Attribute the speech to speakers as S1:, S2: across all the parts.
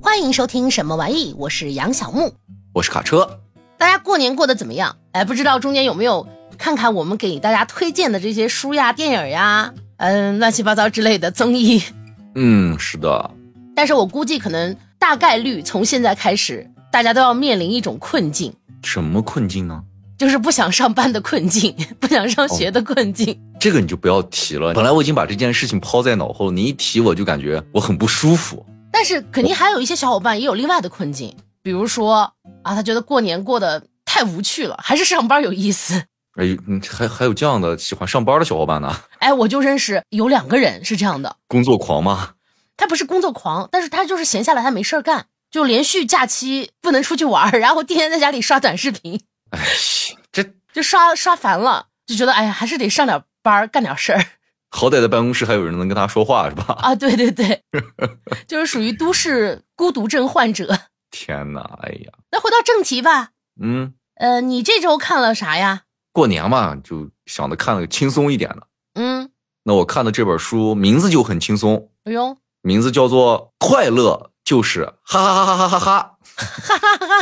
S1: 欢迎收听什么玩意？我是杨小木。
S2: 我是卡车，
S1: 大家过年过得怎么样？哎，不知道中间有没有看看我们给大家推荐的这些书呀、电影呀，嗯，乱七八糟之类的 综艺。
S2: 嗯，是的，
S1: 但是我估计可能大概率从现在开始，大家都要面临一种困境，
S2: 什么困境啊呢？
S1: 就是不想上班的困境， 不想上学的困境。
S2: 这个你就不要提了。本来我已经把这件事情抛在脑后了，你一提我就感觉我很不舒服。
S1: 但是肯定还有一些小伙伴也有另外的困境，比如说啊，他觉得过年过得太无趣了，还是上班有意思。
S2: 哎，嗯还还有这样的喜欢上班的小伙伴呢？
S1: 哎，我就认识有两个人是这样的，
S2: 工作狂吗？
S1: 他不是工作狂，但是他就是闲下来他没事儿干，就连续假期不能出去玩儿，然后天天在家里刷短视频，
S2: 哎，这
S1: 就刷刷烦了，就觉得哎呀，还是得上点班儿干点事儿
S2: 好歹在办公室还有人能跟他说话是吧？
S1: 啊！对对对，就是属于都市孤独症患者。
S2: 天哪，哎呀，
S1: 那回到正题吧，
S2: 嗯，
S1: 呃，你这周看了啥呀？
S2: 过年嘛，就想着看了个轻松一点的。
S1: 嗯，
S2: 那我看的这本书名字就很轻松，
S1: 哎呦，
S2: 名字叫做《快乐就是哈哈哈哈哈哈哈》。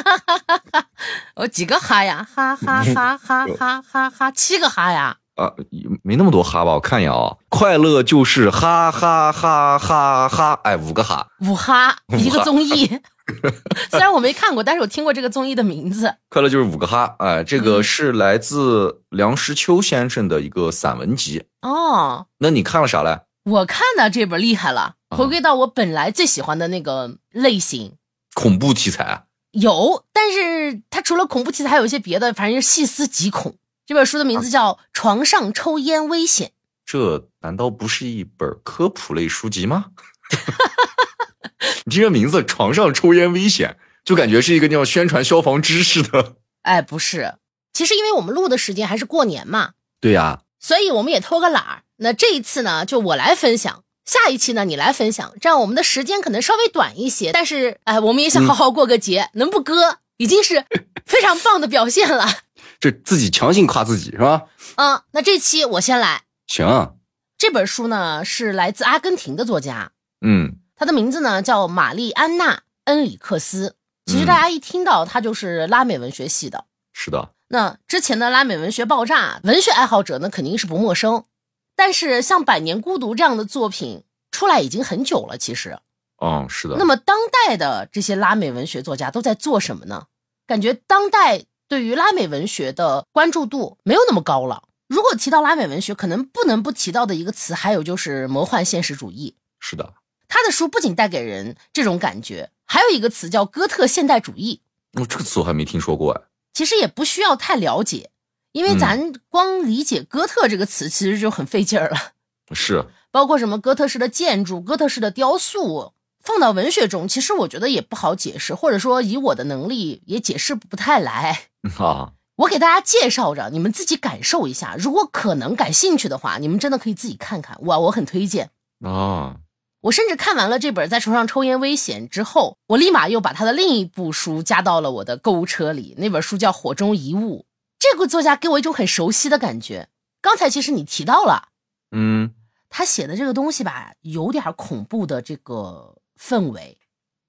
S1: 我几个哈呀？哈哈哈哈哈哈哈，七个哈呀！
S2: 啊，没那么多哈吧？我看一眼啊，快乐就是哈哈哈哈哈，哎，五个哈，
S1: 五哈，
S2: 五哈
S1: 一个综艺。 虽然我没看过，但是我听过这个综艺的名字。
S2: 快乐就是五个哈，哎，这
S1: 嗯
S2: 个是来自梁实秋先生的一个散文集。
S1: 哦，
S2: 那你看了啥嘞？
S1: 我看的这本厉害了，
S2: 啊
S1: 回归到我本来最喜欢的那个类型。
S2: 恐怖题材，啊
S1: 有，但是它除了恐怖题材，还有一些别的，反正是细思极恐。这本书的名字叫《床上抽烟危险》。
S2: 这难道不是一本科普类书籍吗？ 你听这名字，床上抽烟危险，就感觉是一个那种宣传消防知识的。
S1: 哎，不是，其实因为我们录的时间还是过年嘛，
S2: 对呀、
S1: 所以我们也偷个懒儿。那这一次呢，就我来分享，下一期呢你来分享，这样我们的时间可能稍微短一些，但是哎，我们也想好好过个节，能不割已经是非常棒的表现了。
S2: 这自己强行夸自己是吧？
S1: 嗯，那这期我先来。
S2: 行，啊
S1: 这本书呢是来自阿根廷的作家，
S2: 嗯，
S1: 她的名字呢叫玛丽安娜·恩里克斯。其实大家一听到她就是拉美文学系的。
S2: 是的，
S1: 那之前的拉美文学爆炸，文学爱好者呢肯定是不陌生，但是像《百年孤独》这样的作品出来已经很久了。其实，
S2: 嗯，是的。
S1: 那么当代的这些拉美文学作家都在做什么呢？感觉当代对于拉美文学的关注度没有那么高了。如果提到拉美文学，可能不能不提到的一个词，还有就是魔幻现实主义。
S2: 是的，
S1: 他的书不仅带给人这种感觉，还有一个词叫哥特现代主义。
S2: 我哦这个词我还没听说过哎。
S1: 其实也不需要太了解，因为
S2: 嗯
S1: 咱光理解哥特这个词其实就很费劲儿了。
S2: 是，
S1: 包括什么哥特式的建筑、哥特式的雕塑，放到文学中，其实我觉得也不好解释，或者说以我的能力也解释不太来。
S2: 啊，
S1: 我给大家介绍着，你们自己感受一下。如果可能感兴趣的话，你们真的可以自己看看，哇，我很推荐。
S2: 啊，
S1: 我甚至看完了这本《在床上抽烟危险》之后，我立马又把他的另一部书加到了我的购物车里。那本书叫《火中遗物》，这个作家给我一种很熟悉的感觉。刚才其实你提到了
S2: 嗯，
S1: 他写的这个东西吧，有点恐怖的这个氛围，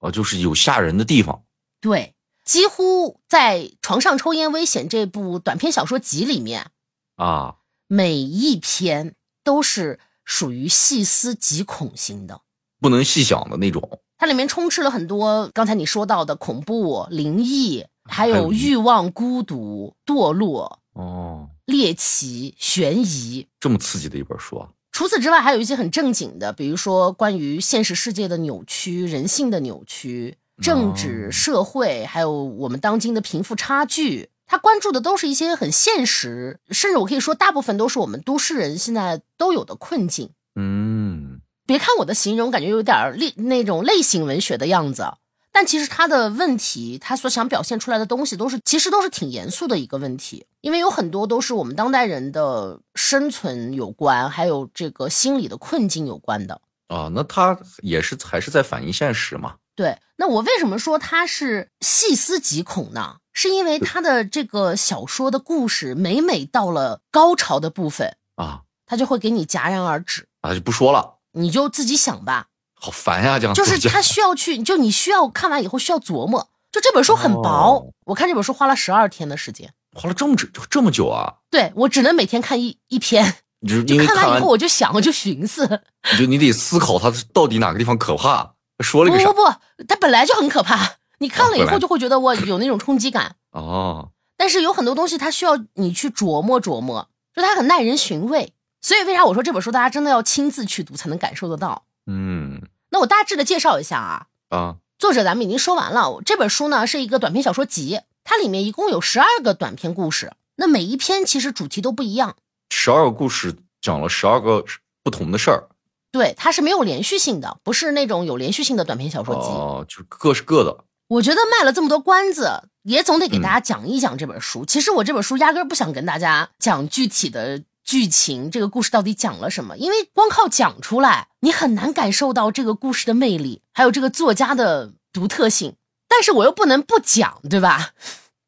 S2: 啊，就是有吓人的地方。
S1: 对，几乎在《床上抽烟危险》这部短篇小说集里面，
S2: 啊，
S1: 每一篇都是属于细思极恐型的。
S2: 不能细想的那种。
S1: 它里面充斥了很多刚才你说到的恐怖、灵异，还
S2: 还
S1: 有
S2: 有
S1: 欲望、孤独、堕落、
S2: 哦，
S1: 猎奇、悬疑。
S2: 这么刺激的一本书啊！
S1: 除此之外，还有一些很正经的，比如说关于现实世界的扭曲、人性的扭曲、政治、
S2: 哦
S1: 社会，还有我们当今的贫富差距。他关注的都是一些很现实，甚至我可以说，大部分都是我们都市人现在都有的困境。
S2: 嗯，
S1: 别看我的形容，感觉有点儿类那种类型文学的样子，啊但其实他的问题，他所想表现出来的东西，都是其实都是挺严肃的一个问题，因为有很多都是我们当代人的生存有关，还有这个心理的困境有关的。
S2: 啊，那它也是还是在反映现实嘛？
S1: 对，那我为什么说它是细思极恐呢？是因为他的这个小说的故事，每每到了高潮的部分，
S2: 啊
S1: 他就会给你戛然而止。
S2: 啊，就不说了。
S1: 你就自己想吧。
S2: 好烦呀、这样
S1: 就是
S2: 作啊家
S1: 他需要去，就你需要看完以后需要琢磨。就这本书很薄，
S2: 哦
S1: 我看这本书花了十二天的时间，
S2: 花了这么久这么久啊，
S1: 对我只能每天看一一篇，
S2: 你就
S1: 就
S2: 因为
S1: 看完以
S2: 完
S1: 后我就想，我就寻思，
S2: 你就你得思考它到底哪个地方可怕，说
S1: 不
S2: 了个啥哦
S1: 不不，它本来就很可怕，你看了以
S2: 本来
S1: 后就会觉得我有那种冲击感，
S2: 哦，
S1: 但是有很多东西它需要你去琢磨琢磨，就它很耐人寻味。所以为啥我说这本书大家真的要亲自去读才能感受得到？
S2: 嗯
S1: 那我大致的介绍一下啊，
S2: 啊，
S1: 作者咱们已经说完了，这本书呢是一个短篇小说集，它里面一共有十二个短篇故事，那每一篇其实主题都不一样，
S2: 十二个故事讲了十二个不同的事儿，
S1: 对，它是没有连续性的，不是那种有连续性的短篇小说集。
S2: 哦，就各是各的，
S1: 我觉得卖了这么多关子，也总得给
S2: 嗯
S1: 大家讲一讲这本书。其实我这本书压根儿不想跟大家讲具体的剧情，这个故事到底讲了什么，因为光靠讲出来，你很难感受到这个故事的魅力，还有这个作家的独特性。但是我又不能不讲，对吧？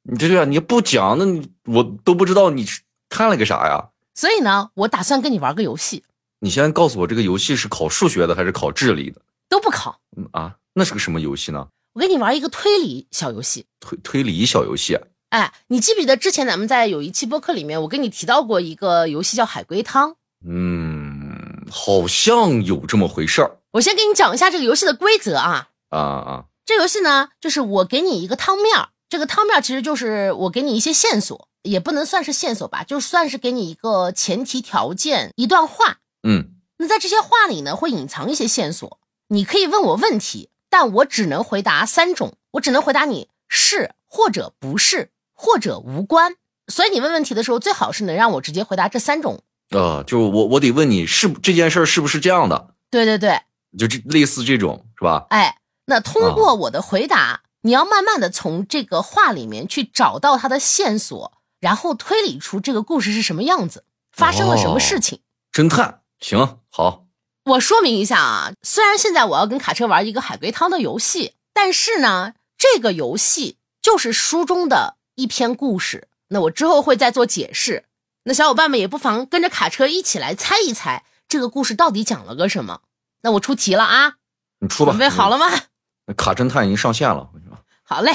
S2: 你这样你不讲，那你我都不知道你是看了个啥呀？
S1: 所以呢，我打算跟你玩个游戏，
S2: 你先告诉我这个游戏是考数学的还是考智力的？
S1: 都不考，
S2: 嗯啊，那是个什么游戏呢？
S1: 我跟你玩一个推理小游戏。
S2: 推推理小游戏啊
S1: 哎，你记不记得之前咱们在有一期播客里面，我跟你提到过一个游戏叫海龟汤？
S2: 嗯，好像有这么回事儿
S1: 我先给你讲一下这个游戏的规则啊。
S2: 啊啊，
S1: 这游戏呢，就是我给你一个汤面儿，这个汤面儿其实就是我给你一些线索，也不能算是线索吧，就算是给你一个前提条件，一段话。
S2: 嗯
S1: 那在这些话里呢，会隐藏一些线索。你可以问我问题，但我只能回答三种，我只能回答你是或者不是或者无关。所以你问问题的时候，最好是能让我直接回答这三种。
S2: 啊，就是我我得问你是不这件事儿是不是这样的？
S1: 对对对，
S2: 就这类似这种是吧？
S1: 哎，那通过我的回答，你要慢慢的从这个话里面去找到它的线索，然后推理出这个故事是什么样子，发生了什么事情。
S2: 侦探行好，
S1: 我说明一下啊，虽然现在我要跟卡车玩一个海龟汤的游戏，但是呢，这个游戏就是书中的一篇故事。那我之后会再做解释。那小伙伴们也不妨跟着卡车一起来猜一猜这个故事到底讲了个什么。那我出题了啊，
S2: 你出吧。
S1: 准备好了吗？
S2: 嗯？卡侦探已经上线了，我跟你说
S1: 好嘞，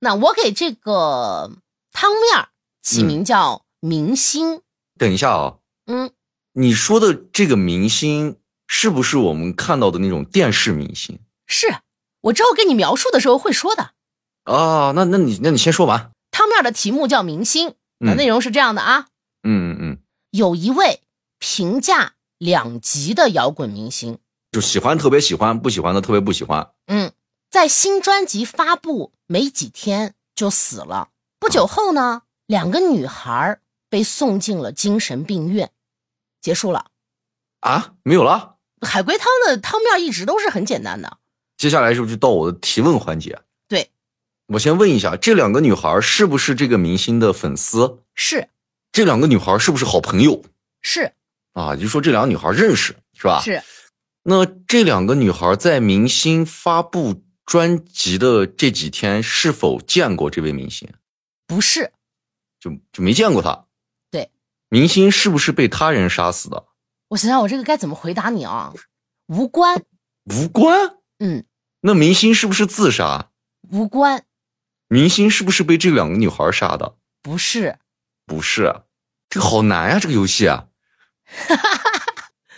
S1: 那我给这个汤面儿
S2: 嗯
S1: 起名叫明星。
S2: 等一下啊，
S1: 嗯
S2: 你说的这个明星是不是我们看到的那种电视明星
S1: 是我之后跟你描述的时候会说的。
S2: 啊？那那你那你先说完。
S1: 汤面儿的题目叫明星，那
S2: 嗯
S1: 内容是这样的啊：
S2: 嗯嗯嗯，
S1: 有一位评价两极的摇滚明星，
S2: 就喜欢特别喜欢，不喜欢的特别不喜欢。
S1: 嗯，在新专辑发布没几天就死了。不久后呢，两个女孩儿被送进了精神病院。结束了，
S2: 啊，没有了。
S1: 海龟汤的汤面儿一直都是很简单的。
S2: 接下来是不是就到我的提问环节？
S1: 对，
S2: 我先问一下，这两个女孩是不是这个明星的粉丝？
S1: 是
S2: 这两个女孩是不是好朋友
S1: 是
S2: 啊？也就是说这两个女孩认识是吧？。
S1: 是，
S2: 那这两个女孩在明星发布专辑的这几天，是否见过这位明星？
S1: 不是
S2: 就就没见过她。
S1: 对，
S2: 明星是不是被他人杀死的？
S1: 我想想，我这个该怎么回答你啊？无关，
S2: 无关。
S1: 嗯，
S2: 那明星是不是自杀？
S1: 无关，
S2: 明星是不是被这两个女孩杀的？
S1: 不是。
S2: 不是，这个好难呀、这个游戏啊。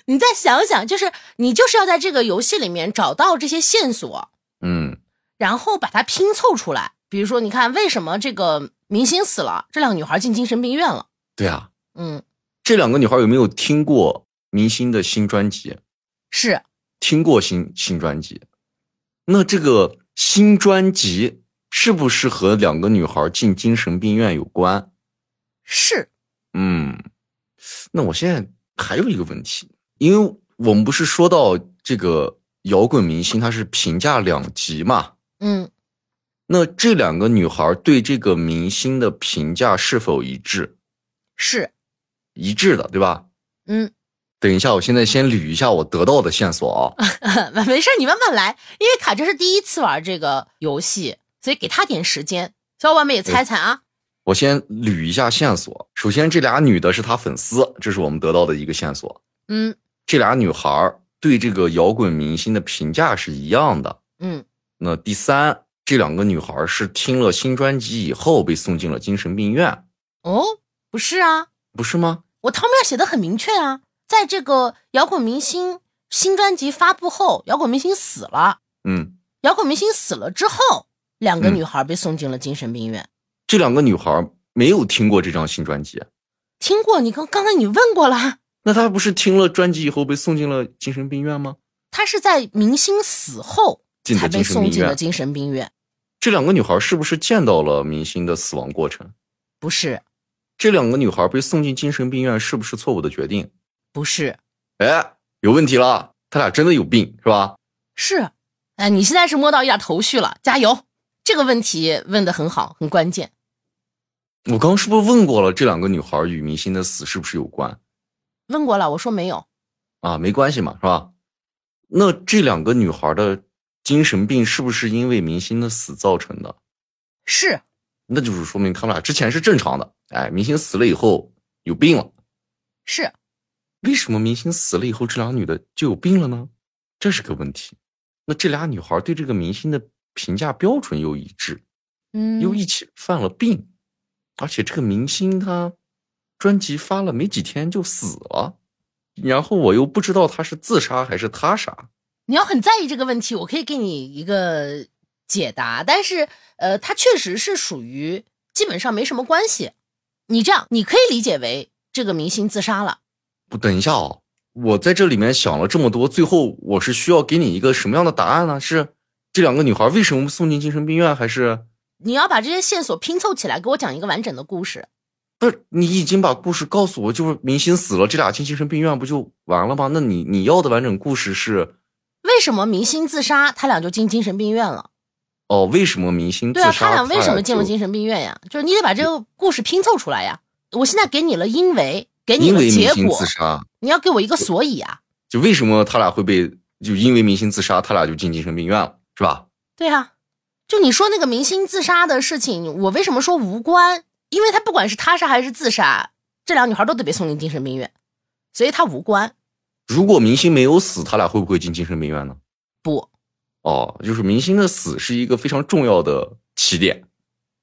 S1: 你再想想，就是你就是要在这个游戏里面找到这些线索，
S2: 嗯
S1: 然后把它拼凑出来。比如说，你看为什么这个明星死了，这两个女孩进精神病院了？，
S2: 对啊，
S1: 嗯，
S2: 这两个女孩有没有听过明星的新专辑？
S1: 是
S2: 听过新新专辑？那这个新专辑是不是和两个女孩进精神病院有关？
S1: 是，
S2: 嗯，那我现在还有一个问题，因为我们不是说到这个摇滚明星他是评价两极嘛？
S1: 嗯，
S2: 那这两个女孩对这个明星的评价是否一致？
S1: 是，
S2: 一致的，对吧？
S1: 嗯，
S2: 等一下，我现在先捋一下我得到的线索啊。
S1: 没事儿，你慢慢来，因为卡车是第一次玩这个游戏，所以给他点时间。小伙伴们也猜猜啊，
S2: 我先捋一下线索。首先，这俩女的是他粉丝，这是我们得到的一个线索。
S1: 嗯，
S2: 这俩女孩儿对这个摇滚明星的评价是一样的。
S1: 嗯
S2: 那第三，这两个女孩是听了新专辑以后被送进了精神病院，
S1: 哦，不是啊，
S2: 不是吗？
S1: 我汤面写的很明确啊，在这个摇滚明星新专辑发布后，摇滚明星死了，
S2: 嗯，
S1: 摇滚明星死了之后，两个
S2: 嗯
S1: 女孩被送进了精神病院。
S2: 这两个女孩没有听过这张新专辑，
S1: 听过你刚刚才你问过了，
S2: 那她不是听了专辑以后被送进了精神病院吗？
S1: 她是在明星死后
S2: 进的
S1: 才被
S2: 精神
S1: 送
S2: 病
S1: 进了
S2: 院。
S1: 精神病院，
S2: 这两个女孩是不是见到了明星的死亡过程？
S1: 不是
S2: 这两个女孩被送进精神病院是不是错误的决定？
S1: 不是
S2: 哎，有问题了，她俩真的有病是吧？
S1: 是，哎，你现在是摸到一点头绪了，加油！这个问题问的很好，很关键。
S2: 我刚是不是问过了？这两个女孩与明星的死是不是有关？
S1: 问过了，我说没有，
S2: 啊，没关系嘛，是吧？那这两个女孩的精神病是不是因为明星的死造成的？
S1: 是
S2: 那就是说明他们俩之前是正常的。哎，明星死了以后有病了，
S1: 是，
S2: 为什么明星死了以后这俩女的就有病了呢？这是个问题。那这俩女孩对这个明星的评价标准又一致，
S1: 嗯，
S2: 又一起犯了病，而且这个明星他专辑发了没几天就死了，然后我又不知道他是自杀还是他杀。
S1: 你要很在意这个问题，我可以给你一个解答，但是呃，它确实是属于基本上没什么关系。你这样，你可以理解为这个明星自杀了。
S2: 不，等一下哦，我在这里面想了这么多，最后我是需要给你一个什么样的答案呢？是这两个女孩为什么送进精神病院，还是
S1: 你要把这些线索拼凑起来，给我讲一个完整的故事。
S2: 不是？你已经把故事告诉我，就是明星死了，这俩进精神病院不就完了吗？那你你要的完整故事是
S1: 为什么明星自杀，他俩就进精神病院了？
S2: 哦，为什么明星自
S1: 对啊，
S2: 杀？
S1: 他俩为什么进了
S2: 就
S1: 精神病院呀？就是你得把这个故事拼凑出来呀。我现在给你了因为，给你
S2: 因
S1: 了
S2: 为明
S1: 结
S2: 星
S1: 果
S2: 自，杀，
S1: 你要给我一个所以啊。
S2: 就为什么他俩会被就因为明星自杀，他俩就进精神病院了，是吧？
S1: 对啊，就你说那个明星自杀的事情，我为什么说无关？因为他不管是他杀还是自杀，这俩女孩都得被送进精神病院，所以他无关。
S2: 如果明星没有死，他俩会不会进精神病院呢？
S1: 不，
S2: 哦，就是明星的死是一个非常重要的起点。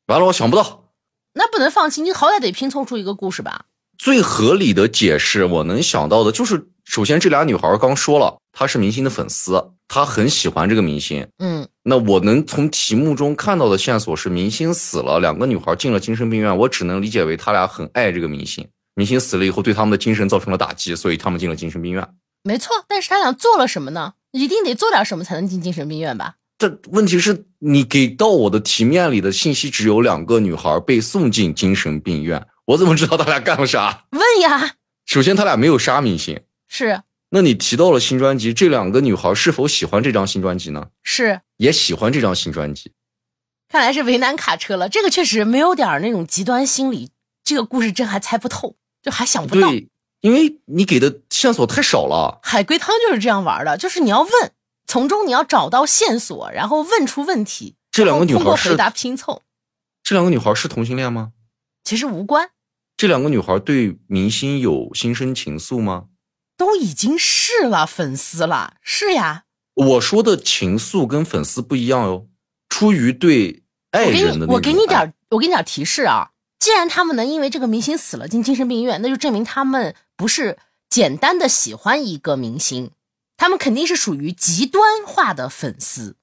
S2: 完了，我想不到
S1: 那不能放弃，你好歹得拼凑出一个故事吧？
S2: 最合理的解释，我能想到的就是，首先这俩女孩刚说了，她是明星的粉丝，她很喜欢这个明星。
S1: 嗯，
S2: 那我能从题目中看到的线索是，明星死了，两个女孩进了精神病院。我只能理解为她俩很爱这个明星，明星死了以后对他们的精神造成了打击，所以他们进了精神病院。
S1: 没错。但是他俩做了什么呢？一定得做点什么才能进精神病院吧？
S2: 这问题是你给到我的题面里的信息只有两个女孩被送进精神病院，我怎么知道他俩干了啥？
S1: 问呀，
S2: 首先，他俩没有杀明星。
S1: 是
S2: 那你提到了新专辑，这两个女孩是否喜欢这张新专辑呢？
S1: 是，
S2: 也喜欢这张新专辑。
S1: 看来是为难卡车了。这个确实没有点儿那种极端心理，这个故事真还猜不透，就还想不到。
S2: 对，因为你给的线索太少了。
S1: 海龟汤就是这样玩的，就是你要问，从中你要找到线索，然后问出问题，
S2: 这两个女
S1: 通过
S2: 孩
S1: 回
S2: 是
S1: 答拼凑，
S2: 这两个女孩是同性恋吗？
S1: 其实无关，
S2: 这两个女孩对明星有心生情愫吗？
S1: 都已经是了粉丝了，是呀。
S2: 我说的情愫跟粉丝不一样哟，出于对爱
S1: 我给
S2: 人
S1: 你
S2: 的那，种
S1: 我给你
S2: 爱
S1: 点儿，我给你点儿提示啊。既然他们能因为这个明星死了进精神病院，那就证明他们不是简单的喜欢一个明星，他们肯定是属于极端化的粉丝。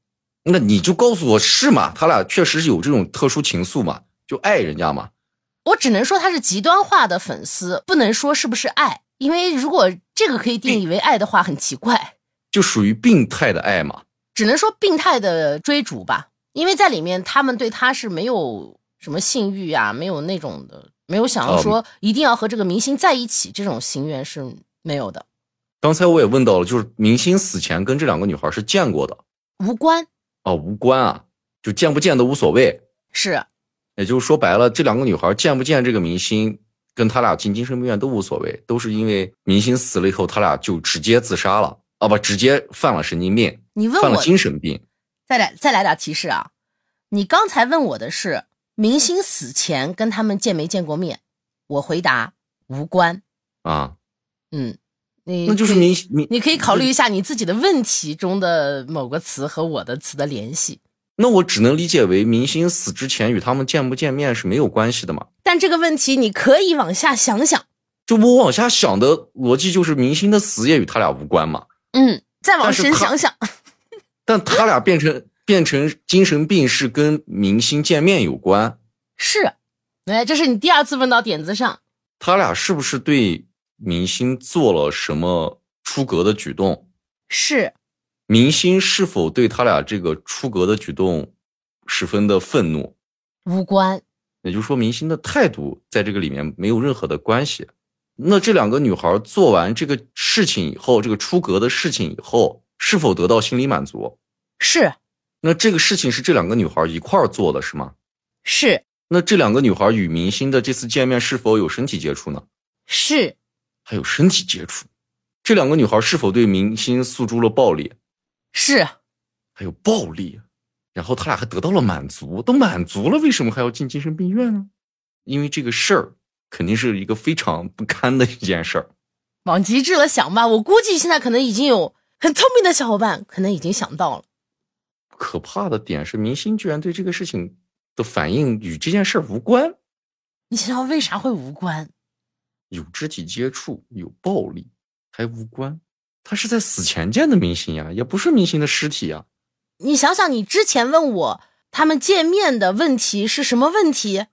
S2: 那你就告诉我是吗？他俩确实是有这种特殊情愫嘛，就爱人家嘛。
S1: 我只能说他是极端化的粉丝，不能说是不是爱，因为如果这个可以
S2: 嗯
S1: 定义为爱的话，很奇怪。
S2: 就属于病态的爱嘛。
S1: 只能说病态的追逐吧，因为在里面他们对他是没有什么性欲啊，没有那种的，没有
S2: 哦
S1: 想要说一定要和这个明星在一起这种心愿是没有的，
S2: 刚才我也问到了，就是明星死前跟这两个女孩是见过的
S1: 无关。
S2: 哦，无关啊，就见不见都无所谓。
S1: 是
S2: 也就是说白了，这两个女孩见不见这个明星，跟他俩进精神病院都无所谓，都是因为明星死了以后，他俩就直接自杀了啊，不，直接犯了神经病，
S1: 你问
S2: 犯了
S1: 我，
S2: 精神病。
S1: 再来再来点提示啊！你刚才问我的是明星死前跟他们见没见过面，我回答无关。
S2: 啊，
S1: 嗯，你
S2: 那就是
S1: 可以
S2: 明明
S1: 你可以考虑一下你自己的问题中的某个词和我的词的联系。
S2: 那我只能理解为明星死之前与他们见不见面是没有关系的嘛。
S1: 但这个问题你可以往下想想，
S2: 就我往下想的逻辑就是明星的死也与他俩无关嘛，
S1: 嗯，再往
S2: 但是
S1: 深
S2: 可
S1: 想想，
S2: 但他俩变成变成精神病是跟明星见面有关，
S1: 是，哎，这是你第二次问到点子上，
S2: 他俩是不是对明星做了什么出格的举动？
S1: 是
S2: 明星是否对他俩这个出格的举动十分的愤怒？
S1: 无关，
S2: 也就是说，明星的态度在这个里面没有任何的关系。那这两个女孩做完这个事情以后，这个出格的事情以后，是否得到心理满足？
S1: 是
S2: 那这个事情是这两个女孩一块儿做的，是吗？
S1: 是
S2: 那这两个女孩与明星的这次见面是否有身体接触呢？
S1: 是
S2: 还有身体接触，这两个女孩是否对明星诉诸了暴力？
S1: 是，
S2: 还有暴力，啊然后他俩还得到了满足，都满足了，为什么还要进精神病院呢？因为这个事儿肯定是一个非常不堪的一件事儿。
S1: 往极致了想吧，我估计现在可能已经有很聪明的小伙伴可能已经想到了，
S2: 可怕的点是，明星居然对这个事情的反应与这件事儿无关，
S1: 你想想为啥会无关？
S2: 有肢体接触，有暴力，还无关。他是在死前见的明星呀、也不是明星的尸体呀、
S1: 你想想，你之前问我他们见面的问题是什么问题？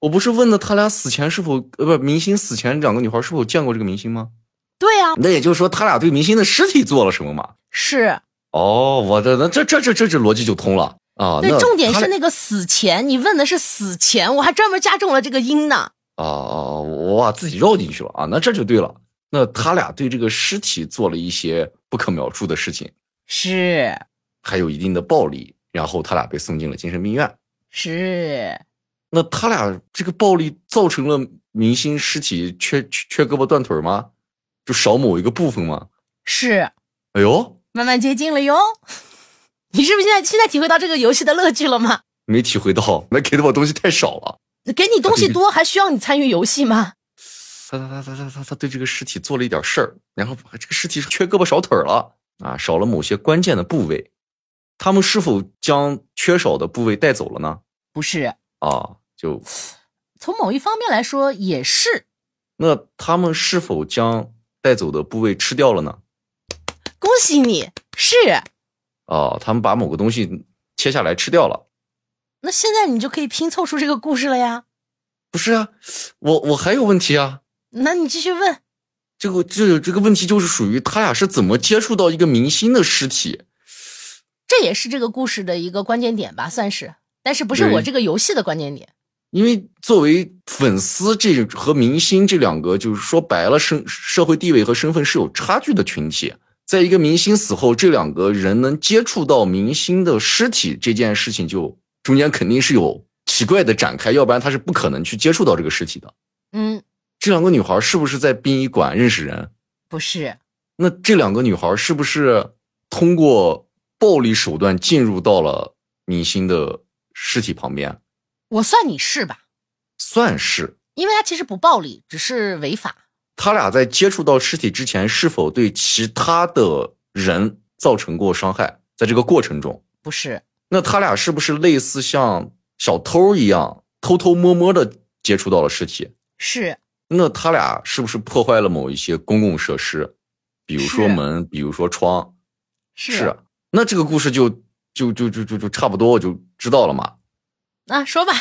S2: 我不是问了他俩死前是否呃不明星死前两个女孩是否见过这个明星吗？
S1: 对呀、
S2: 那也就是说他俩对明星的尸体做了什么嘛？
S1: 是
S2: 哦，我的那这这这这这逻辑就通了啊！
S1: 对，
S2: 那
S1: 重点
S2: 他
S1: 是
S2: 俩
S1: 那个死前，你问的是死前，我还专门加重了这个音呢。
S2: 啊啊啊！我把自己绕进去了啊！那这就对了。那他俩对这个尸体做了一些不可描述的事情，
S1: 是
S2: 还有一定的暴力，然后他俩被送进了精神病院。
S1: 是，
S2: 那他俩这个暴力造成了明星尸体缺缺缺胳膊断腿吗？就少某一个部分吗？
S1: 是，
S2: 哎呦，
S1: 慢慢接近了哟。 你是不是现在现在体会到这个游戏的乐趣了吗？
S2: 没体会到，那给的我东西太少了。
S1: 给你东西多，还需要你参与游戏吗？
S2: 他他他他他他他对这个尸体做了一点事儿，然后把这个尸体缺胳膊少腿儿了啊，少了某些关键的部位。他们是否将缺少的部位带走了呢？
S1: 不是，
S2: 啊，就
S1: 从某一方面来说也是。
S2: 那他们是否将带走的部位吃掉了呢？
S1: 恭喜你，是。
S2: 啊，他们把某个东西切下来吃掉了。
S1: 那现在你就可以拼凑出这个故事了呀。
S2: 不是啊，我我还有问题啊。
S1: 那你继续问，
S2: 这个这这个问题就是属于他俩是怎么接触到一个明星的尸体？
S1: 这也是这个故事的一个关键点吧，算是。但是不是
S2: 对
S1: 我这个游戏的关键点？
S2: 因为作为粉丝这和明星这两个，就是说白了，身社会地位和身份是有差距的群体。在一个明星死后，这两个人能接触到明星的尸体这件事情就，中间肯定是有奇怪的展开，要不然他是不可能去接触到这个尸体的。
S1: 嗯，
S2: 这两个女孩是不是在殡仪馆认识人？
S1: 不是，
S2: 那这两个女孩是不是通过暴力手段进入到了明星的尸体旁边？
S1: 我算你是吧？
S2: 算是，
S1: 因为它其实不暴力，只是违法。
S2: 他俩在接触到尸体之前，是否对其他的人造成过伤害？在这个过程中，
S1: 不是，
S2: 那他俩是不是类似像小偷一样，偷偷摸摸的接触到了尸体？
S1: 是
S2: 那他俩是不是破坏了某一些公共设施，比如说
S1: 是
S2: 门，比如说窗？
S1: 啊
S2: 是。啊那这个故事就就就就就就差不多，我就知道了嘛。
S1: 那说吧，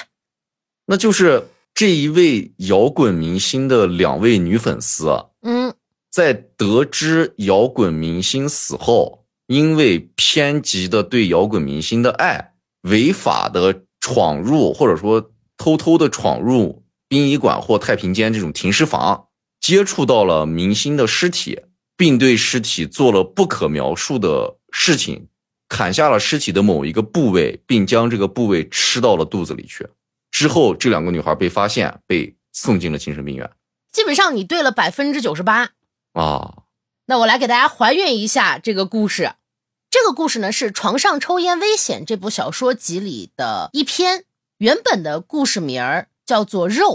S2: 那就是这一位摇滚明星的两位女粉丝啊，
S1: 嗯，
S2: 在得知摇滚明星死后，因为偏激的对摇滚明星的爱，违法的闯入或者说偷偷的闯入殡仪馆或太平间这种停尸房，接触到了明星的尸体，并对尸体做了不可描述的事情，砍下了尸体的某一个部位，并将这个部位吃到了肚子里去。之后，这两个女孩被发现，被送进了精神病院
S1: 基本上你对了百分之九十八。
S2: 啊。
S1: 那我来给大家还原一下这个故事。这个故事呢是《床上抽烟危险》这部小说集里的一篇，原本的故事名儿叫做《肉》。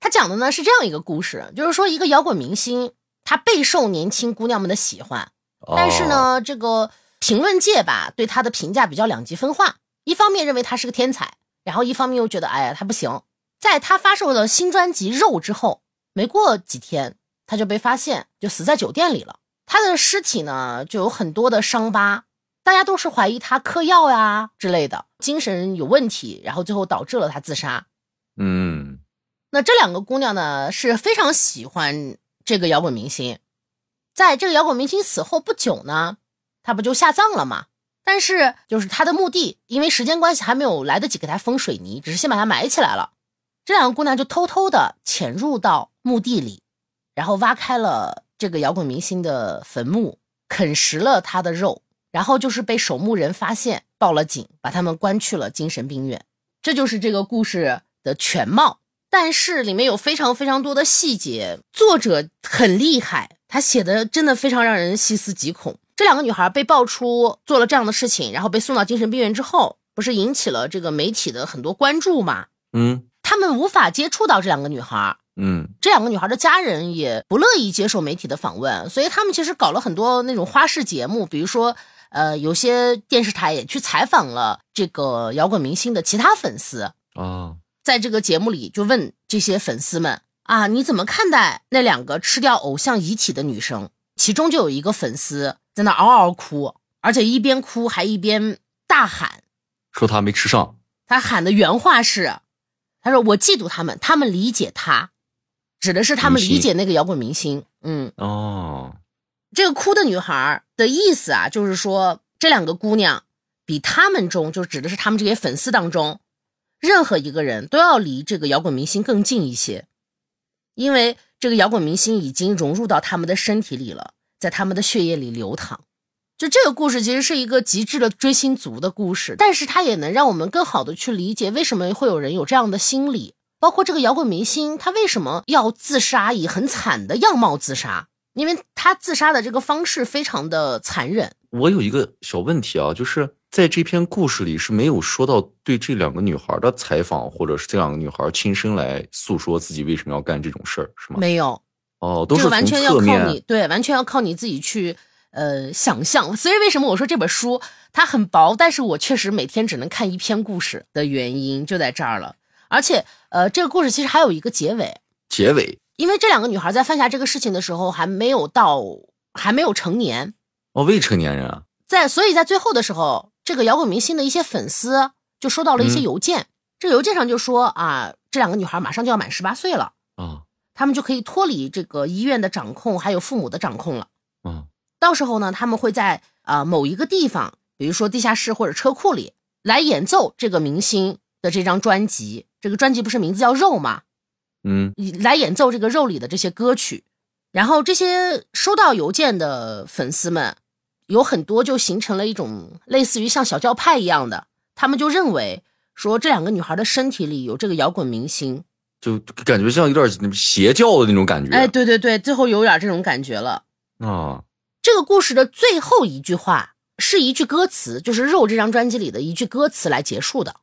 S1: 它讲的呢是这样一个故事，就是说一个摇滚明星，他备受年轻姑娘们的喜欢。但是
S2: 哦，
S1: 呢，这个评论界吧，对他的评价比较两极分化。一方面认为他是个天才，然后一方面又觉得，哎呀，他不行。在他发售了新专辑《肉》之后，没过几天，他就被发现就死在酒店里了。他的尸体呢，就有很多的伤疤，大家都是怀疑他嗑药呀之类的，精神有问题，然后最后导致了他自杀。
S2: 嗯，
S1: 那这两个姑娘呢是非常喜欢这个摇滚明星，在这个摇滚明星死后不久呢，她不就下葬了吗？但是就是她的墓地，因为时间关系还没有来得及给她封水泥，只是先把它埋起来了。这两个姑娘就偷偷的潜入到墓地里，然后挖开了这个摇滚明星的坟墓，啃食了他的肉，然后就是被守墓人发现，报了警，把他们关去了精神病院。这就是这个故事的全貌。但是里面有非常非常多的细节，作者很厉害，他写的真的非常让人细思极恐。这两个女孩被爆出做了这样的事情，然后被送到精神病院之后，不是引起了这个媒体的很多关注嘛？
S2: 嗯，
S1: 他们无法接触到这两个女孩，
S2: 嗯，
S1: 这两个女孩的家人也不乐意接受媒体的访问，所以他们其实搞了很多那种花式节目，比如说，呃，有些电视台也去采访了这个摇滚明星的其他粉丝，
S2: 啊，
S1: 在这个节目里就问这些粉丝们啊，你怎么看待那两个吃掉偶像遗体的女生？其中就有一个粉丝在那嗷嗷哭，而且一边哭还一边大喊，
S2: 说他没吃上，
S1: 他喊的原话是：“他说我嫉妒他们，他们理解他，指的是他们
S2: 明星
S1: 理解那个摇滚明星。”嗯，
S2: 哦，
S1: 这个哭的女孩的意思啊，就是说这两个姑娘比他们中，就指的是他们这些粉丝当中，任何一个人都要离这个摇滚明星更近一些，因为这个摇滚明星已经融入到他们的身体里了，在他们的血液里流淌。就这个故事其实是一个极致的追星族的故事，但是它也能让我们更好的去理解为什么会有人有这样的心理，包括这个摇滚明星他为什么要自杀，以很惨的样貌自杀。因为他自杀的这个方式非常的残忍。
S2: 我有一个小问题啊，就是在这篇故事里是没有说到对这两个女孩的采访，或者是这两个女孩亲身来诉说自己为什么要干这种事儿，是吗？
S1: 没有，
S2: 哦，都
S1: 这个
S2: 是从
S1: 完全要
S2: 侧
S1: 靠你
S2: 面，
S1: 对，完全要靠你自己去呃想象。所以为什么我说这本书它很薄，但是我确实每天只能看一篇故事的原因就在这儿了。而且呃，这个故事其实还有一个结尾，
S2: 结尾
S1: 因为这两个女孩在犯下这个事情的时候还没有到，还没有成年，
S2: 哦，未成年人啊，
S1: 在所以在最后的时候，这个摇滚明星的一些粉丝就收到了一些
S2: 嗯
S1: 邮件，这邮件上就说啊，这两个女孩马上就要满十八岁了。
S2: 啊
S1: 他们就可以脱离这个医院的掌控，还有父母的掌控了。
S2: 啊
S1: 到时候呢，他们会在呃某一个地方，比如说地下室或者车库里，来演奏这个明星的这张专辑。这个专辑不是名字叫《肉》吗？
S2: 嗯
S1: 来演奏这个《肉》里的这些歌曲。然后这些收到邮件的粉丝们，有很多就形成了一种类似于像小教派一样的，他们就认为说这两个女孩的身体里有这个摇滚明星，
S2: 就就感觉像有点邪教的那种感觉，
S1: 哎，对对对，最后有点这种感觉了。
S2: 啊，
S1: 这个故事的最后一句话是一句歌词，就是《肉》这张专辑里的一句歌词来结束的。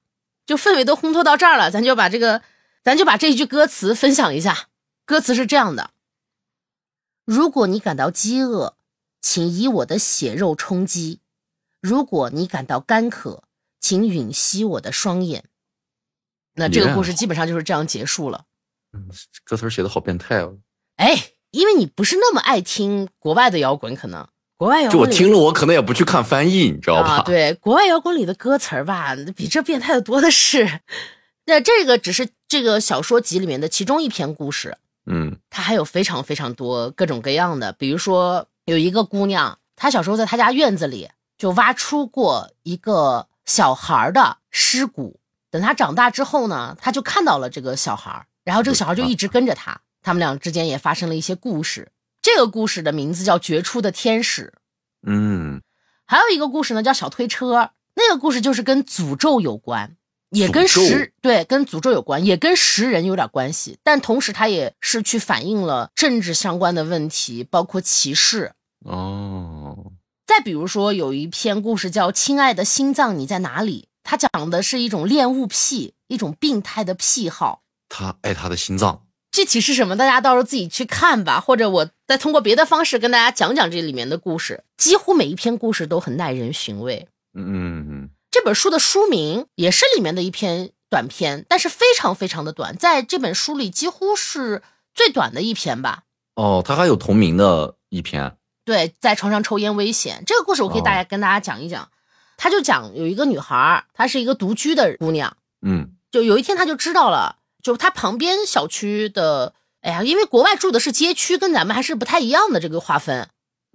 S1: 就氛围都烘托到这儿了，咱就把这个，咱就把这一句歌词分享一下。歌词是这样的：如果你感到饥饿，请以我的血肉充饥；如果你感到干渴，请吮吸我的双眼。那这个故事基本上就是这样结束了。
S2: 歌词儿写的好变态哦，
S1: 哎，因为你不是那么爱听国外的摇滚，可能国外摇
S2: 就
S1: 滚
S2: 我
S1: 里
S2: 听了我可能也不去看翻译，你知道吧？
S1: 啊，对，国外摇滚里的歌词儿吧，比这变态的多的是。 那这个只是这个小说集里面的其中一篇故事，
S2: 嗯
S1: 它还有非常非常多各种各样的，比如说有一个姑娘，她小时候在她家院子里就挖出过一个小孩儿的尸骨，等她长大之后呢，她就看到了这个小孩儿，然后这个小孩儿就一直跟着她，他们俩之间也发生了一些故事。这个故事的名字叫《绝处的天使》，
S2: 嗯，
S1: 还有一个故事呢，叫小推车。那个故事就是跟诅咒有关，也跟
S2: 诅咒
S1: 食对跟诅咒有关，也跟食人有点关系，但同时它也是去反映了政治相关的问题，包括歧视。
S2: 哦，
S1: 再比如说，有一篇故事叫《亲爱的心脏你在哪里》，它讲的是一种恋物癖，一种病态的癖好。
S2: 他爱他的心脏，
S1: 具体是什么，大家到时候自己去看吧，或者我再通过别的方式跟大家讲讲这里面的故事。几乎每一篇故事都很耐人寻味。
S2: 嗯嗯
S1: 这本书的书名也是里面的一篇短篇，但是非常非常的短，在这本书里几乎是最短的一篇吧。
S2: 哦，他还有同名的一篇，
S1: 对，在床上抽烟危险这个故事，我可以大概跟大家讲一讲。他就讲有一个女孩儿，她是一个独居的姑娘，
S2: 嗯
S1: 就有一天她就知道了，就她旁边小区的，哎呀，因为国外住的是街区，跟咱们还是不太一样的这个划分。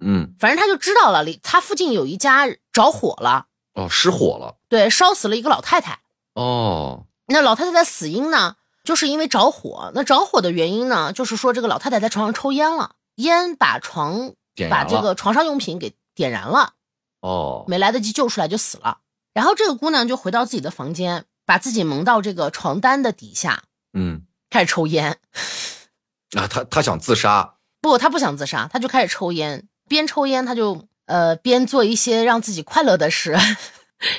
S2: 嗯，
S1: 反正她就知道了，里她附近有一家着火了，
S2: 哦，失火了，
S1: 对，烧死了一个老太太。
S2: 哦，
S1: 那老太太的死因呢，就是因为着火。那着火的原因呢，就是说这个老太太在床上抽烟了，烟把床
S2: 点燃
S1: 把
S2: 了，
S1: 这个床上用品给点燃了，
S2: 哦，
S1: 没来得及救出来就死了。然后这个姑娘就回到自己的房间，把自己蒙到这个床单的底下，
S2: 嗯
S1: 开始抽烟。
S2: 啊，他他想自杀，
S1: 不，她不想自杀，她就开始抽烟，边抽烟她就呃边做一些让自己快乐的事，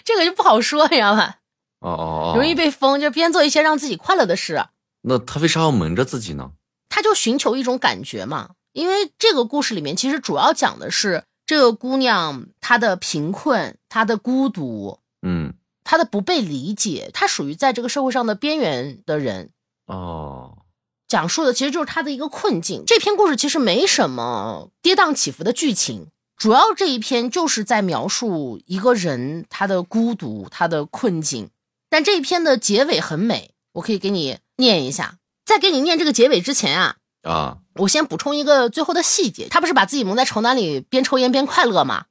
S1: 这个就不好说，你知道吧？
S2: 哦哦哦，
S1: 容易被封，就边做一些让自己快乐的事。
S2: 那他为啥要蒙着自己呢？
S1: 他就寻求一种感觉嘛。因为这个故事里面其实主要讲的是这个姑娘她的贫困、她的孤独、
S2: 嗯，
S1: 她的不被理解，她属于在这个社会上的边缘的人。
S2: 哦，
S1: 讲述的其实就是她的一个困境。这篇故事其实没什么跌宕起伏的剧情，主要这一篇就是在描述一个人他的孤独、他的困境。但这一篇的结尾很美，我可以给你念一下。在给你念这个结尾之前啊，
S2: 啊，
S1: 我先补充一个最后的细节，他不是把自己蒙在床单里边抽烟边快乐吗？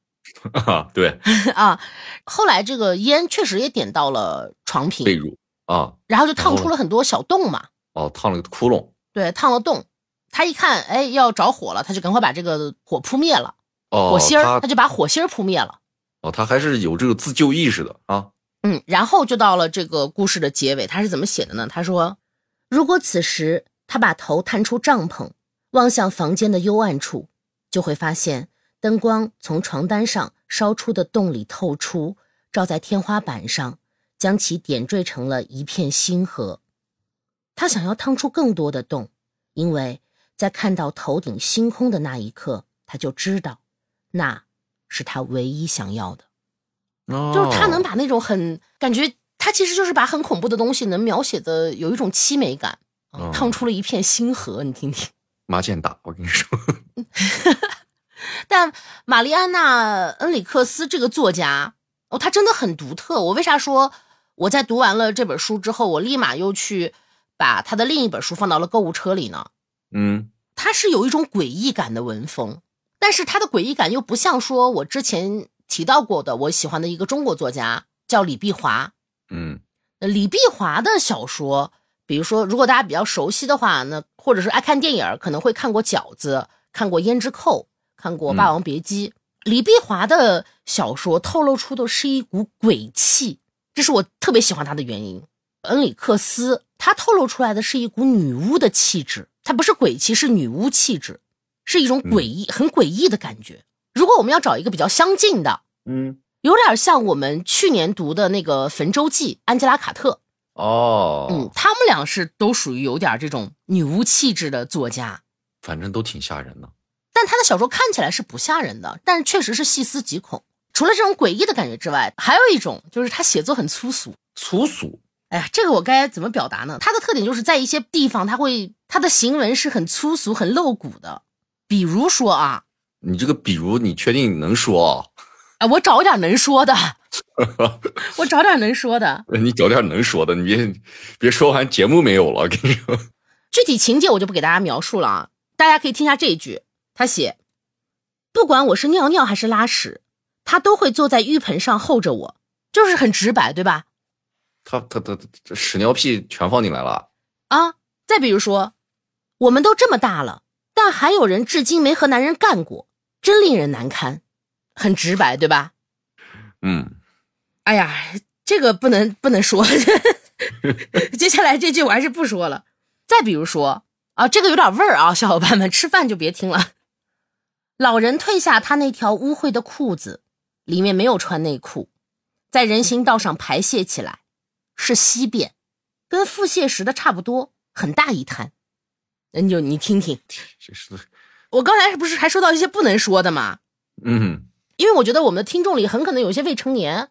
S2: 对，
S1: 啊，后来这个烟确实也点到了床
S2: 被
S1: 品，
S2: 褥啊，
S1: 然后就烫出了很多小洞嘛，
S2: 哦，烫了个窟窿，
S1: 对，烫了洞。他一看，哎，要着火了，他就赶快把这个火扑灭了，
S2: 哦，
S1: 火星儿，
S2: 他
S1: 他就把火星儿扑灭了。
S2: 哦，他还是有这个自救意识的啊，
S1: 嗯，然后就到了这个故事的结尾，他是怎么写的呢？他说：“如果此时他把头探出帐篷，望向房间的幽暗处，就会发现灯光从床单上烧出的洞里透出，照在天花板上，将其点缀成了一片星河。他想要趟出更多的洞，因为在看到头顶星空的那一刻，他就知道，那是他唯一想要的。”就是他能
S2: 哦
S1: 把那种很感觉，他其实就是把很恐怖的东西能描写的有一种凄美感，啊
S2: 嗯
S1: 烫出了一片星河，你听 听。
S2: 麻将大，我跟你说，
S1: 但玛丽安娜·恩里克斯这个作家，哦，他真的很独特。我为啥说我在读完了这本书之后，我立马又去把他的另一本书放到了购物车里呢？
S2: 嗯
S1: 它是有一种诡异感的文风，但是它的诡异感又不像说我之前提到过的我喜欢的一个中国作家叫李碧华，
S2: 嗯
S1: 呃李碧华的小说，比如说，如果大家比较熟悉的话，那或者是爱看电影儿，可能会看过《饺子》，看过《胭脂扣》，看过《霸王别姬》李碧华的小说透露出的是一股鬼气，这是我特别喜欢他的原因。恩里克斯他透露出来的是一股女巫的气质，它不是鬼气，是女巫气质，是一种诡异、很诡异的感觉。如果我们要找一个比较相近的，
S2: 嗯，
S1: 有点像我们去年读的那个《坟洲记》，安吉拉·卡特。
S2: 哦，
S1: 嗯，他们俩是都属于有点这种女巫气质的作家，
S2: 反正都挺吓人的，
S1: 但他的小说看起来是不吓人的，但是确实是细思极恐。除了这种诡异的感觉之外，还有一种就是他写作很粗俗。
S2: 粗俗，
S1: 哎呀，这个我该怎么表达呢？他的特点就是在一些地方，他会他的行文是很粗俗、很露骨的。比如说啊，
S2: 你这个比如你确定能
S3: 啊
S2: 说
S1: 哎，我找点能说的，
S2: 啊？
S1: 我找点能说的。
S2: 你找点能说的，你别别说完节目没有了，我跟你 说。
S1: 具体情节我就不给大家描述了啊，大家可以听一下这一句，他写：“不管我是尿尿还是拉屎，他都会坐在浴盆上候着我，就是很直白，对吧？
S2: 他他他他屎尿屁全放进来了，
S1: 啊，再比如说，我们都这么大了，但还有人至今没和男人干过，真令人难堪，很直白，对吧？
S2: 嗯，
S1: 哎呀，这个不能不能说， 接下来这句我还是不说了。再比如说啊，这个有点味儿啊，小伙伴们吃饭就别听了。老人褪下他那条污秽的裤子，里面没有穿内裤，在人行道上排泄起来，是稀便，跟腹泻时的差不多，很大一滩。那你就你听听，
S3: 这是
S1: 我刚才不是还说到一些不能说的吗？
S3: 嗯
S1: 因为我觉得我们的听众里很可能有一些未成年，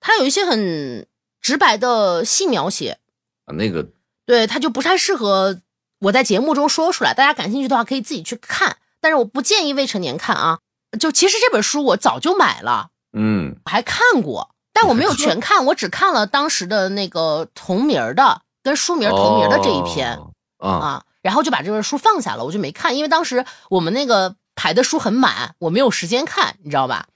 S1: 他有一些很直白的性描写，
S3: 啊那个
S1: 对他就不太适合我在节目中说出来。大家感兴趣的话可以自己去看，但是我不建议未成年看啊。就其实这本书我早就买了，
S3: 嗯
S1: 我还看过，但我没有全看，我只看了当时的那个同名儿的跟书名儿同名儿的这一篇、
S3: 哦啊
S1: 啊，然后就把这本书放下了，我就没看，因为当时我们那个排的书很满，我没有时间看，你知道吧？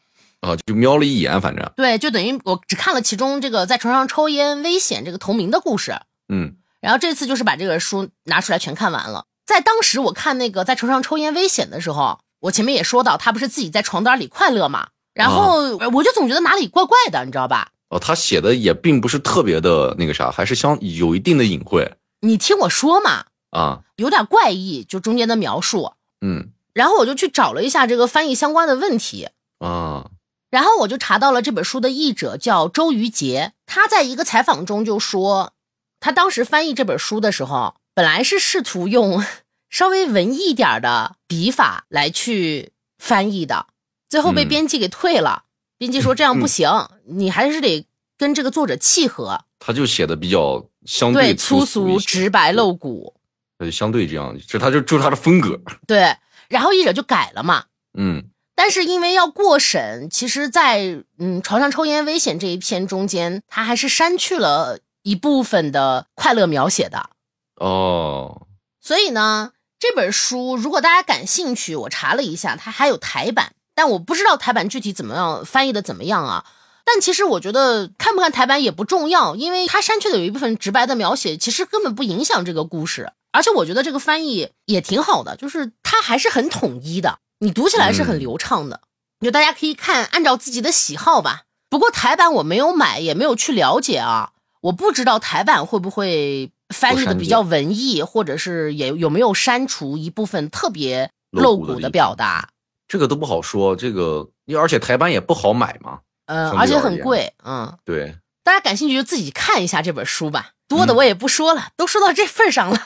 S3: 啊就瞄了一眼，反正
S1: 对，就等于我只看了其中这个在床上抽烟危险这个同名的故事，
S3: 嗯
S1: 然后这次就是把这本书拿出来全看完了。在当时我看那个在床上抽烟危险的时候，我前面也说到，他不是自己在床单里快乐嘛，然后我就总觉得哪里怪怪的，你知道吧？
S3: 哦他写的也并不是特别的那个啥，还是相有一定的隐晦
S1: 你听我说嘛，
S3: 啊
S1: 有点怪异，就中间的描述。
S3: 嗯
S1: 然后我就去找了一下这个翻译相关的问题，
S3: 啊
S1: 然后我就查到了这本书的译者叫周瑜杰，他在一个采访中就说，他当时翻译这本书的时候，本来是试图用 稍微文艺点儿的笔法来去翻译的，最后被
S3: 嗯
S1: 编辑给退了。编辑说这样不行，你还是得跟这个作者契合，
S3: 他就写的比较相
S1: 对，
S3: 粗
S1: 粗
S3: 一
S1: 俗、
S3: 些
S1: 直白、露骨，
S3: 呃相对这样，这他就就是他的风格
S1: 对。然后译者就改了嘛，
S3: 嗯
S1: 但是因为要过审，其实在，嗯床上抽烟危险这一篇中间，他还是删去了一部分的快乐描写的。
S3: 哦
S1: 所以呢，这本书如果大家感兴趣，我查了一下，它还有台版，但我不知道台版具体怎么样翻译的怎么样啊。但其实我觉得看不看台版也不重要，因为它删去的有一部分直白的描写，其实根本不影响这个故事。而且我觉得这个翻译也挺好的，就是它还是很统一的，你读起来是很
S3: 嗯
S1: 流畅的。就大家可以看，按照自己的喜好吧。不过台版我没有买，也没有去了解啊，我不知道台版会不会翻译的比较文艺，或者是也有没有删除一部分特别露骨的表达。
S3: 这个都不好说，这个而且台版也不好买嘛，
S1: 嗯，
S3: 相对
S1: 而且
S3: 而
S1: 很
S3: 言
S1: 贵，嗯，
S3: 对。
S1: 大家感兴趣就自己看一下这本书吧，多的我也不说了，都说到这份上 了。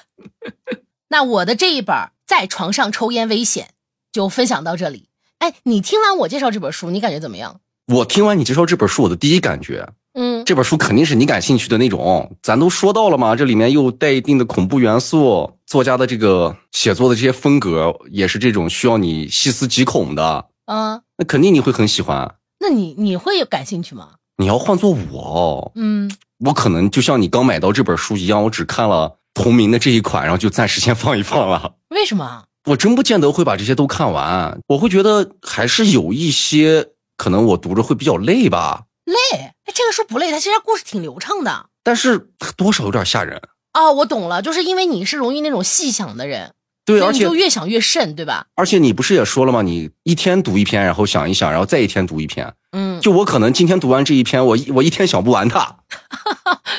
S1: 那我的这一本《在床上抽烟危险》就分享到这里。哎，你听完我介绍这本书，你感觉怎么样？
S2: 我听完你介绍这本书，我的第一感觉，
S1: 嗯，
S2: 这本书肯定是你感兴趣的那种。咱都说到了嘛，这里面又带一定的恐怖元素，作家的这个写作的这些风格也是这种需要你细思极恐的，
S1: 嗯，
S2: 那肯定你会很喜欢。
S1: 那你你会感兴趣吗？
S2: 你要换做我哦，
S1: 嗯，
S2: 我可能就像你刚买到这本书一样，我只看了同名的这一款，然后就暂时先放一放了。
S1: 为什么？啊
S2: 我真不见得会把这些都看完，我会觉得还是有一些可能我读着会比较累吧，
S1: 累？哎，这个书不累，它其实故事挺流畅的。
S2: 但是多少有点吓人。
S1: 哦，我懂了，就是因为你是容易那种细想的人，
S2: 对，
S1: 所以
S2: 而
S1: 你
S2: 且
S1: 就越想越甚，对吧？
S2: 而且你不是也说了吗？你一天读一篇，然后想一想，然后再一天读一篇。
S1: 嗯，
S2: 就我可能今天读完这一篇，我一我一天想不完它，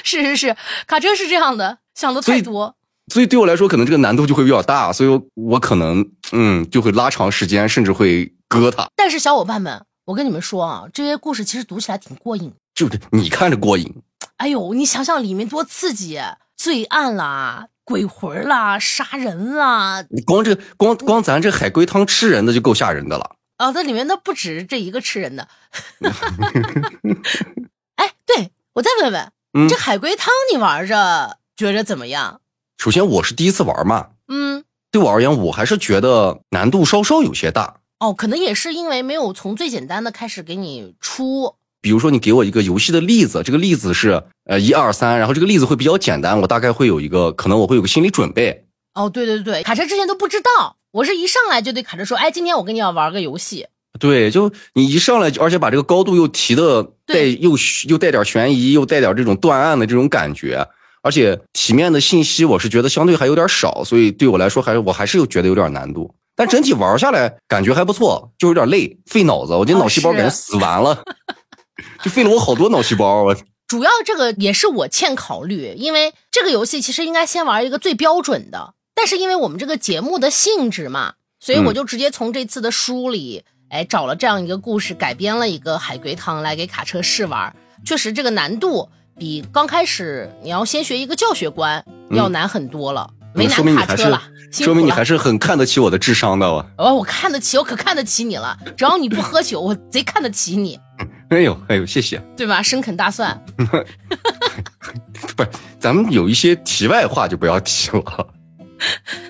S1: 是是是，卡真是这样的，想的
S2: 所
S1: 太
S2: 以
S1: 多。
S2: 所以对我来说，可能这个难度就会比较大，所以我我可能嗯就会拉长时间，甚至会割它。
S1: 但是小伙伴们，我跟你们说啊，这些故事其实读起来挺过瘾。
S2: 就是你看着过瘾，
S1: 哎呦，你想想里面多刺激，罪案啦，鬼魂啦，杀人啊啦，
S2: 你光这光光咱这海龟汤吃人的就够吓人的了。
S1: 哦，那里面那不止这一个吃人的。 哎，对我再问问，
S2: 嗯
S1: 这，海龟汤你玩着觉着怎么样？
S2: 首先我是第一次玩嘛，
S1: 嗯。
S2: 对我而言，我还是觉得难度稍稍有些大。
S1: 哦，可能也是因为没有从最简单的开始给你出。
S2: 比如说，你给我一个游戏的例子，这个例子是呃一二三，然后这个例子会比较简单，我大概会有一个，可能我会有个心理准备。
S1: 哦，对对对，卡车之前都不知道，我是一上来就对卡车说，哎，今天我跟你要玩个游戏。
S2: 对，就你一上来就，而且把这个高度又提的带
S1: 对
S2: 又又带点悬疑，又带点这种断案的这种感觉，而且体面的信息，我是觉得相对还有点少，所以对我来说还是我还是有觉得有点难度。但整体玩下来感觉还不错，就有点累，费脑子，我这
S1: 哦
S2: 脑细胞
S1: 是
S2: 感觉死完了， 就费了我好多脑细胞，我
S1: 主要这个也是我欠考虑，因为这个游戏其实应该先玩一个最标准的，但是因为我们这个节目的性质嘛，所以我
S2: 嗯
S1: 就直接从这次的书里，哎，找了这样一个故事，改编了一个海龟汤来给卡车试玩。确实，这个难度比刚开始你要先学一个教学关要
S2: 嗯
S1: 难很多了。为
S2: 说明
S1: 难
S2: 你
S1: 卡
S2: 还
S1: 车
S2: 是
S1: 了，辛苦
S2: 说明你
S1: 了
S2: 还是很看得起我的智商的哇！
S1: 哦，我看得起，我可看得起你了。只要你不喝酒，我贼看得起你，
S2: 哎呦哎呦，谢谢。
S1: 对吧？生啃大蒜，
S2: 不是，咱们有一些题外话就不要提了。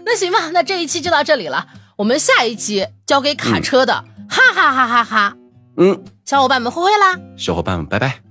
S1: 那行吧，那这一期就到这里了。我们下一期交给卡车的，哈哈哈哈哈！
S2: 嗯，
S1: 小伙伴们，挥挥啦！
S2: 小伙伴们，拜拜。